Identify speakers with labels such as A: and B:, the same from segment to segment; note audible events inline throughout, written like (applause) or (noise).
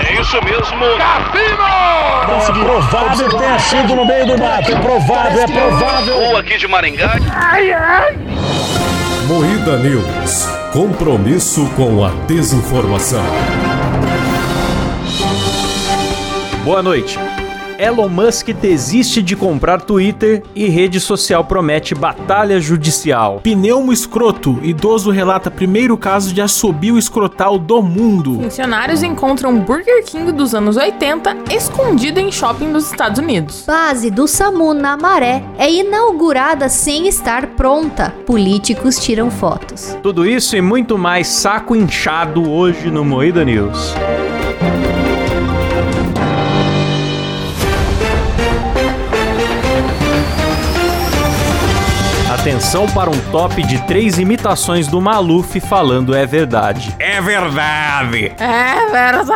A: É isso mesmo. Cassino!
B: Conseguiu. Provável tenha sido no meio do mato. É provável, é provável.
A: Ou aqui de Maringá.
C: Moída News. Compromisso com a desinformação.
D: Boa noite. Elon Musk desiste de comprar Twitter e rede social promete batalha judicial.
E: Pneumo escroto. Idoso relata primeiro caso de assobio escrotal do mundo.
F: Funcionários encontram Burger King dos anos 80 escondido em shopping dos Estados Unidos.
G: Base do SAMU na Maré é inaugurada sem estar pronta. Políticos tiram fotos.
D: Tudo isso e muito mais saco inchado hoje no Moída News. Atenção para um top de três imitações do Maluf falando é verdade.
H: É verdade.
F: É verdade.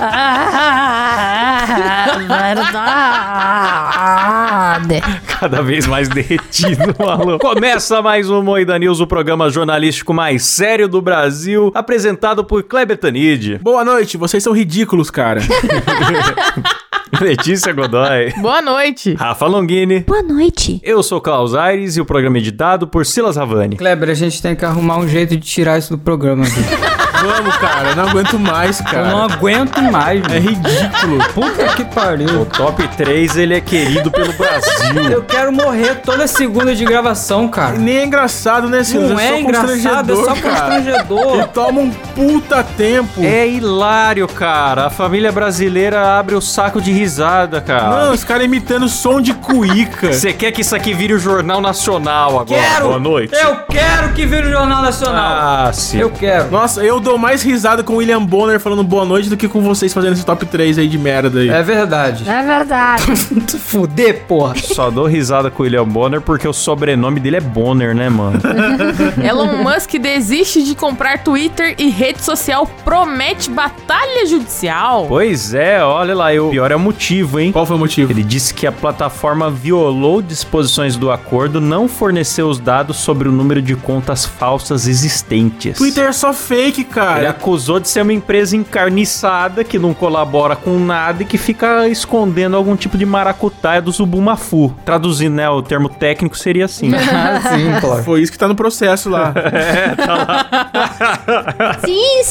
F: É
G: Né?
F: verdade.
D: Cada vez mais derretido, (laughs) maluco. Começa mais um Moída News, o programa jornalístico mais sério do Brasil, apresentado por Kleber Tanid,
E: Boa noite, vocês são ridículos, cara.
D: (laughs) Letícia Godoy,
F: Boa noite.
D: Rafa Longini.
G: Boa noite.
D: Eu sou Klaus Aires e o programa é editado por Silas Havani.
I: Kleber, a gente tem que arrumar um jeito de tirar isso do programa. Aqui.
E: Vamos, cara. eu Não aguento mais,
I: Eu (laughs) não
E: cara.
I: aguento mais,
E: É
I: velho.
E: ridículo.
I: Puta que
D: O
I: pariu.
D: top 3 ele é querido pelo Brasil.
I: Hum. Eu quero morrer toda segunda de gravação, cara.
E: Nem é engraçado, né, Silas?
I: Não é engraçado, é só
E: E
I: constrangedor.
E: toma um puta tempo.
D: É hilário, cara. A família brasileira abre o saco de risada, cara.
E: Não, os caras imitando som de cuíca.
D: Você quer que isso aqui vire o Jornal Nacional agora?
I: Quero.
D: Boa noite.
I: Eu quero que vire o Jornal Nacional.
D: Ah, sim.
I: Eu quero.
E: Nossa, eu dou mais risada com o William Bonner falando boa noite do que com vocês fazendo esse top 3 aí de merda aí.
I: É verdade.
G: (laughs) É verdade.
I: Se Fuder, porra.
D: Só dou risada com o William Bonner porque o sobrenome dele é Bonner, né,
E: (laughs)
D: mano?
F: Elon Musk desiste de comprar Twitter e rede social promete batalha judicial.
D: pois é, olha lá, e o pior é o motivo, hein?
E: Qual foi o motivo?
D: Ele disse que a plataforma violou disposições do acordo, não forneceu os dados sobre o número de contas falsas existentes.
E: Twitter é só fake,
D: Ele
E: cara.
D: acusou de ser uma empresa encarniçada que não colabora com nada e que fica escondendo algum tipo de maracutaia do Zubumafu. Traduzindo, né, o termo técnico seria assim.
I: Ah, (laughs) sim, claro.
E: Foi isso que tá no processo
I: (laughs)
E: lá.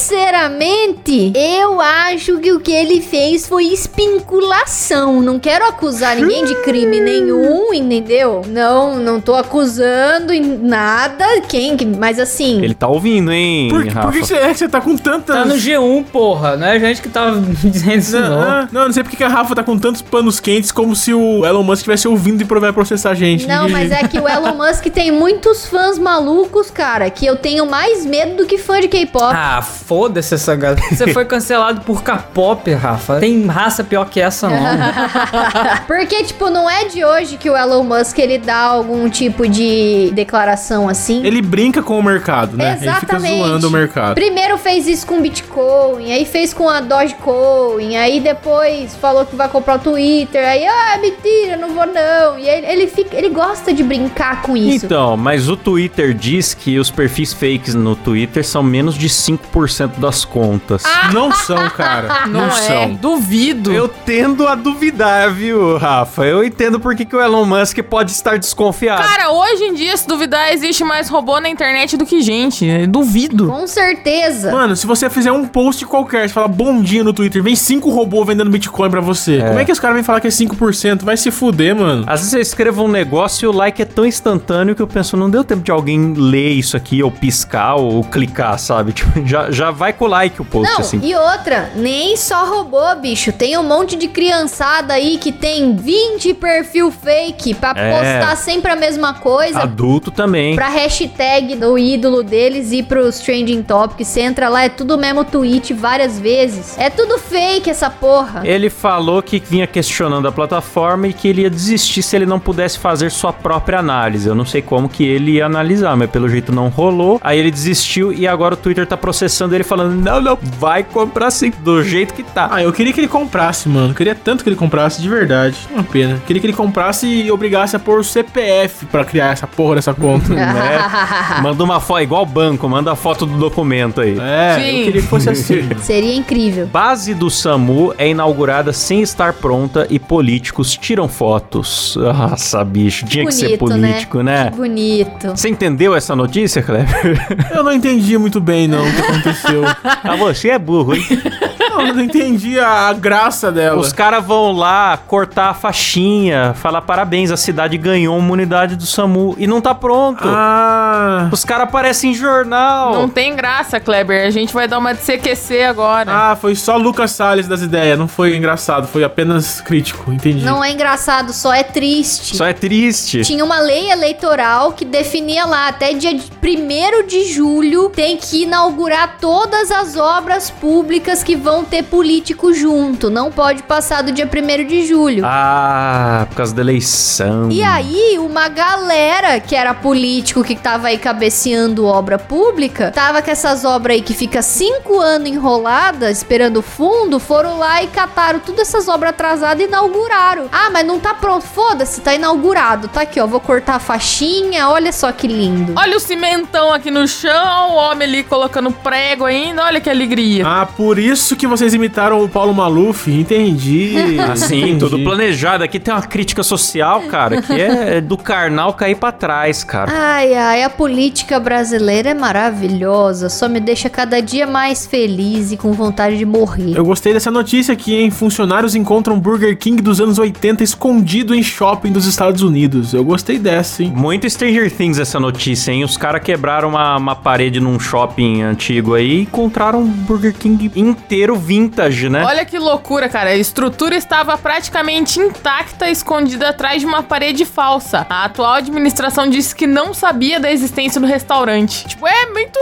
G: Sinceramente, eu acho que o que ele fez foi especulação. Não quero acusar ninguém de crime nenhum, entendeu? Não, não tô acusando em nada quem, que- mas assim,
D: Ele tá ouvindo, hein,
E: por que,
D: Rafa?
E: por que você, é que você tá com tanta...
I: Tá no G1, porra. Não é a gente que tá (laughs) dizendo isso, não.
D: Ah,
E: não, não, não sei porque que a Rafa tá com tantos panos quentes como se o Elon Musk estivesse ouvindo e pro- vai processar a gente.
G: Não, mas é que o Elon Musk tem muitos fãs malucos, cara, que eu tenho mais medo do que fã de K-pop.
I: Ah, foda-se essa galera. Você foi cancelado por K-pop, Rafa. Tem raça pior que essa, (laughs) não.
G: Porque, tipo, não é de hoje que o Elon Musk ele dá algum tipo de declaração assim.
E: Ele brinca com o mercado, né? Ele
G: Exatamente.
E: fica zoando o mercado.
G: Primeiro fez isso com Bitcoin, aí fez com a Dogecoin, aí depois falou que vai comprar o Twitter, aí, ah, mentira, não vou não. E ele, ele, fica, ele gosta de brincar com isso.
D: Então, mas o Twitter diz que os perfis fakes no Twitter são menos de 5% das contas.
G: Ah!
E: Não são, cara. Não, são.
F: é, Duvido.
D: Eu tendo a duvidar, viu, Rafa? Eu entendo por que, que o Elon Musk pode estar desconfiado.
F: Cara, hoje em dia, se duvidar, existe mais robô na internet do que gente. né? Eu Duvido.
G: Com certeza.
E: Mano, se você fizer um post qualquer, você fala bom dia no Twitter, vem cinco robôs vendendo Bitcoin pra você. Como é que os caras vêm falar que é 5%? Vai se fuder, mano.
D: Às vezes eu escrevo um negócio e o like é tão instantâneo que eu penso, não deu tempo de alguém ler isso aqui, ou piscar, ou clicar, sabe? (laughs) Tipo, já, já vai com o like o post,
G: Não,
D: assim.
G: e outra, nem só robô, bicho. Tem um monte de criançada aí que tem 20 perfil fake pra
D: É.
G: postar sempre a mesma coisa.
D: Adulto também.
G: Pra hashtag do ídolo deles e pros trending topics, você entra lá, é tudo o mesmo tweet várias vezes. É tudo fake essa porra.
D: Ele falou que vinha questionando a plataforma e que ele ia desistir se ele não pudesse fazer sua própria análise. Eu não sei como que ele ia analisar, mas pelo jeito não rolou. Aí ele desistiu e agora o Twitter tá processando ele falando: não, não, vai comprar sim, do jeito que tá.
E: Ah, eu queria que ele comprasse, mano. Queria tanto que ele comprasse, de verdade. Uma pena. Queria que ele comprasse e obrigasse a pôr o CPF pra criar essa porra
G: (laughs)
E: dessa conta.
D: É,
G: Ah.
D: né? Manda uma foto, igual banco, manda a foto do documento aí.
E: é,
F: Sim.
E: eu queria que fosse assim.
G: Seria incrível.
D: Base do SAMU é inaugurada sem estar pronta e políticos tiram fotos. Nossa, bicho, tinha que ser
G: Bonito, né?
D: político, né?
G: Que bonito.
D: Você entendeu essa notícia, Kleber?
G: (laughs)
E: Eu não entendi muito bem, não, o que aconteceu.
D: ah, você é burro, hein?
E: não, eu não entendi a, a graça dela.
D: Os caras vão lá cortar a faixinha, falar parabéns, a cidade ganhou uma unidade do SAMU e não tá pronto.
E: Ah.
D: Os caras aparecem em jornal.
F: Não tem graça, Kleber. A gente vai dar uma de CQC agora.
E: Ah, foi só Lucas Salles das ideias, não foi engraçado, foi apenas crítico, entendi.
G: Não é engraçado, só é triste.
D: Só é triste.
G: Tinha uma lei eleitoral que definia lá, até dia 1 de julho tem que inaugurar todas as obras públicas que vão ter político junto. Não pode passar do dia 1 de julho.
D: Ah, por causa da eleição.
E: Uhum.
G: E aí, uma galera que era político que tava aí cabeceando obra pública, tava com essas obras aí que fica cinco anos enrolada, esperando o fundo, foram lá e cataram todas essas obras atrasadas e inauguraram. Ah, mas não tá pronto. Foda-se, tá inaugurado. Tá aqui, ó. Vou cortar a faixinha. Olha só que lindo.
F: Olha o cimentão aqui no chão, o homem ali colocando prego ainda. Olha que alegria.
E: Ah, por isso que vocês imitaram o Paulo Maluf, entendi.
D: Assim,
E: Entendi.
D: tudo planejado. Aqui tem uma crítica social, cara, que é do carnal cair pra trás, cara.
G: Ai, ai, a política brasileira é maravilhosa. Só me deixa cada dia mais feliz e com vontade de morrer.
E: Eu gostei dessa notícia aqui, hein? Funcionários encontram Burger King dos anos 80 escondido em shopping dos Estados Unidos. Eu gostei dessa, hein?
D: Muito Stranger Things essa notícia, hein? Os caras quebraram uma, uma parede num shopping antigo aí e encontraram um Burger King inteiro vintage,
E: é?
D: né?
F: Olha que loucura, cara. A estrutura estava praticamente intacta, escondida atrás de uma parede falsa. A atual administração disse que não sabia da existência do restaurante. Tipo, é muito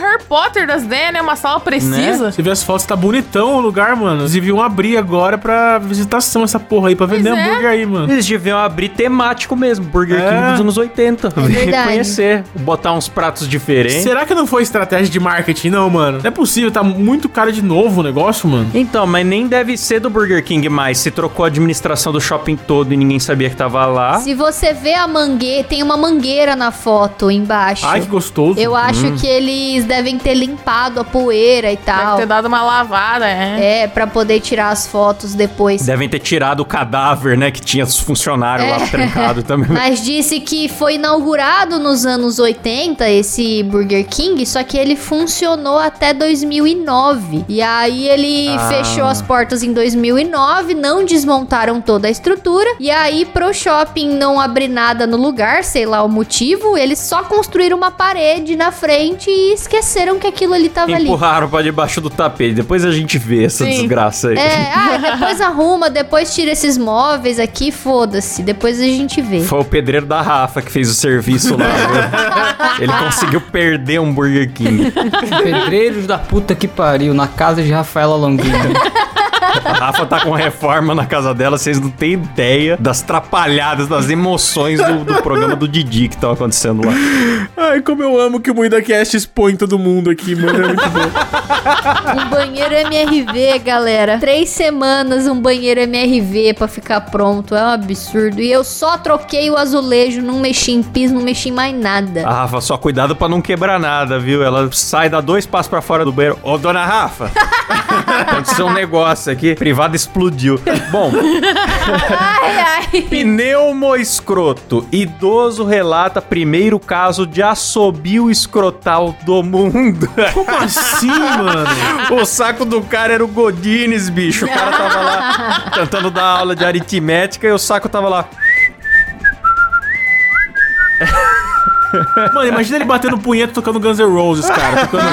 F: Harry Potter das ideias, né? Uma sala precisa.
E: Você vê as fotos, tá bonitão o lugar, mano. Eles deviam abrir agora pra visitação essa porra aí, pra vender
F: Pois é.
E: hambúrguer aí, mano.
D: Eles deviam abrir temático mesmo, Burger
E: É.
D: King dos anos 80. Vem
G: verdade.
D: conhecer, botar uns pratos diferentes.
E: Será que não foi estratégia de marketing, não, mano? Não é possível, tá muito cara de novo o negócio, mano.
D: Então, mas nem deve ser do Burger King mais. Se trocou a administração do shopping todo e ninguém sabia que tava
E: Ah?
D: lá.
G: Se você vê a mangueira, tem uma mangueira na foto embaixo.
E: Ai, que gostoso.
G: Eu acho que eles devem ter limpado a poeira e
F: Deve
G: tal.
F: ter dado uma lavada, é.
G: É, pra poder tirar as fotos depois.
D: Devem ter tirado o cadáver, né? Que tinha os funcionários
G: É.
D: lá
G: (laughs)
D: trancado também.
G: Mas disse que foi inaugurado nos anos 80 esse Burger King, só que ele funcionou até 2009. E aí ele
D: Ah.
G: fechou as portas em 2009, não desmontaram toda a estrutura. E aí pro shopping não abrir nada no lugar, sei lá o motivo, eles só construíram uma parede na frente e esqueceram que aquilo ali tava ali.
D: Empurraram pra debaixo do tapete. Depois a gente vê essa
F: Sim.
D: desgraça aí.
G: É, ah, depois arruma, depois tira esses móveis aqui, foda-se. Depois a gente vê.
D: Foi o pedreiro da Rafa que fez o serviço lá.
G: (laughs)
D: viu? Ele conseguiu perder um Burger King.
I: Pedreiros da puta que pariu, na casa de Rafaela Longini.
D: A Rafa tá com reforma na casa dela, vocês não têm ideia das trapalhadas, das emoções do, do programa do Didi que tava acontecendo lá.
E: Ai, como eu amo que o MuidaCast expõe todo mundo aqui, mano. É muito bom.
G: Um banheiro MRV, galera. Três semanas um banheiro MRV pra ficar pronto. É um absurdo. E eu só troquei o azulejo, não mexi em piso, não mexi em mais nada.
D: A Rafa, só cuidado pra não quebrar nada, viu? Ela sai, dá dois passos pra fora do banheiro. Ô, dona
G: (laughs)
D: Rafa! Aconteceu um negócio aqui, privada explodiu. Bom,
G: Ai, ai.
D: pneumo escroto. Idoso relata primeiro caso de assobio escrotal do mundo.
E: Como assim, mano?
D: O saco do cara era o Godines, bicho. O cara tava lá
G: (laughs)
D: tentando dar aula de aritmética e o saco tava lá.
E: (laughs) Mano,
G: (laughs)
E: imagina ele batendo punheta tocando Guns N' Roses, cara. Tocando...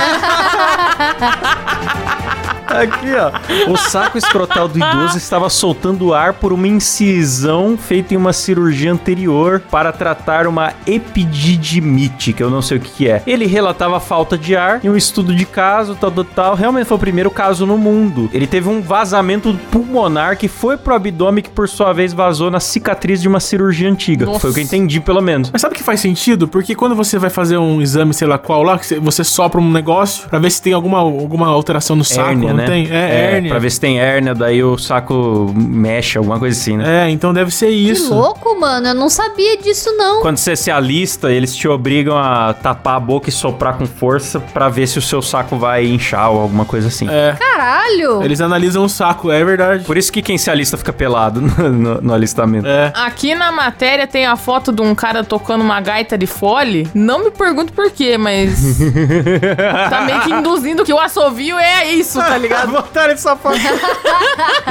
D: Aqui, ó. O saco escrotal do idoso estava soltando ar por uma incisão feita em uma cirurgia anterior para tratar uma epididimite, que eu não sei o que que é. Ele relatava falta de ar e um estudo de caso, tal, tal, tal. Realmente foi o primeiro caso no mundo. Ele teve um vazamento pulmonar que foi pro abdômen, que por sua vez vazou na cicatriz de uma cirurgia antiga.
F: Nossa.
D: Foi o que eu entendi, pelo menos.
E: Mas sabe que faz sentido? Porque quando você vai fazer um exame, sei lá qual lá, que você- você sopra um negócio pra ver se tem alguma, alguma alteração no saco,
D: hérnia,
E: não
D: né?
E: tem? É, hérnia.
D: Pra ver se tem hérnia, daí o saco mexe, alguma coisa assim, né?
E: É, então deve ser isso.
G: Que louco, mano. Eu não sabia disso, não.
D: Quando você se alista, eles te obrigam a tapar a boca e soprar com força pra ver se o seu saco vai inchar ou alguma coisa assim.
G: Caralho.
E: Eles analisam o saco, é verdade.
D: Por isso que quem se alista fica pelado (laughs) no, no- no alistamento.
E: É.
F: Aqui na matéria tem a foto de um cara tocando uma gaita de fole. Não me pergunto por quê, mas. tá meio que induzindo que o assovio é isso, tá ligado?
E: (laughs)
D: Botaram essa foto.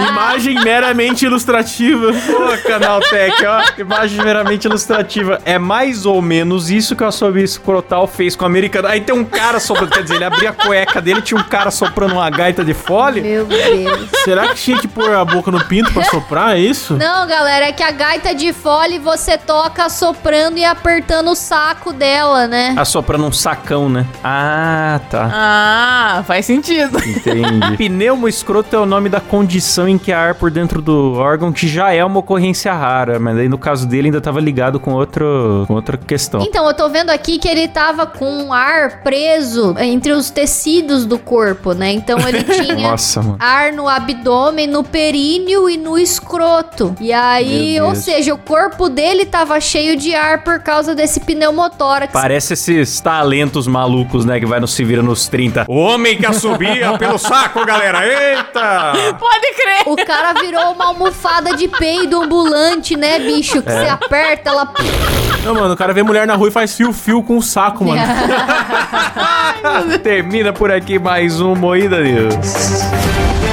E: Imagem meramente ilustrativa.
D: Pô, Canaltech, ó. Imagem meramente ilustrativa. É mais ou menos isso que o assobio escrotal fez com o americano. Aí tem um cara soprando, quer dizer, ele abria a cueca dele, tinha um cara soprando uma gaita de fole.
G: Meu Deus.
E: Será que tinha que pôr a boca no pinto pra soprar, é isso?
G: Não, galera, é que a gaita de fole você toca soprando e apertando o saco dela, né?
D: Assoprando um sacão, né? Ah, tá.
F: Ah, faz sentido.
D: Entendi. (laughs) Pneumo escroto é o nome da condição em que há ar por dentro do órgão, que já é uma ocorrência rara, mas aí no caso dele ainda tava ligado com, outro, com outra questão.
G: Então, eu tô vendo aqui que ele tava com um ar preso entre os tecidos do corpo, né? Então
D: (laughs)
G: ele tinha
D: Nossa, mano.
G: ar no abdômen, no períneo e no escroto. E aí,
D: Meu
G: ou
D: Deus.
G: seja, o corpo dele tava cheio de ar por causa desse pneumotórax.
D: Parece esses talentos malucos, né? Que vai no se vira nos 30. Homem que assobia pelo saco, galera. Eita!
F: Pode crer.
G: O cara virou uma almofada de peido ambulante, né, bicho? Que
D: É.
G: você aperta, ela.
D: (laughs)
E: Não, mano, o cara vê mulher na rua e faz fio-fio com o saco, mano.
D: Termina por aqui mais um Moída News.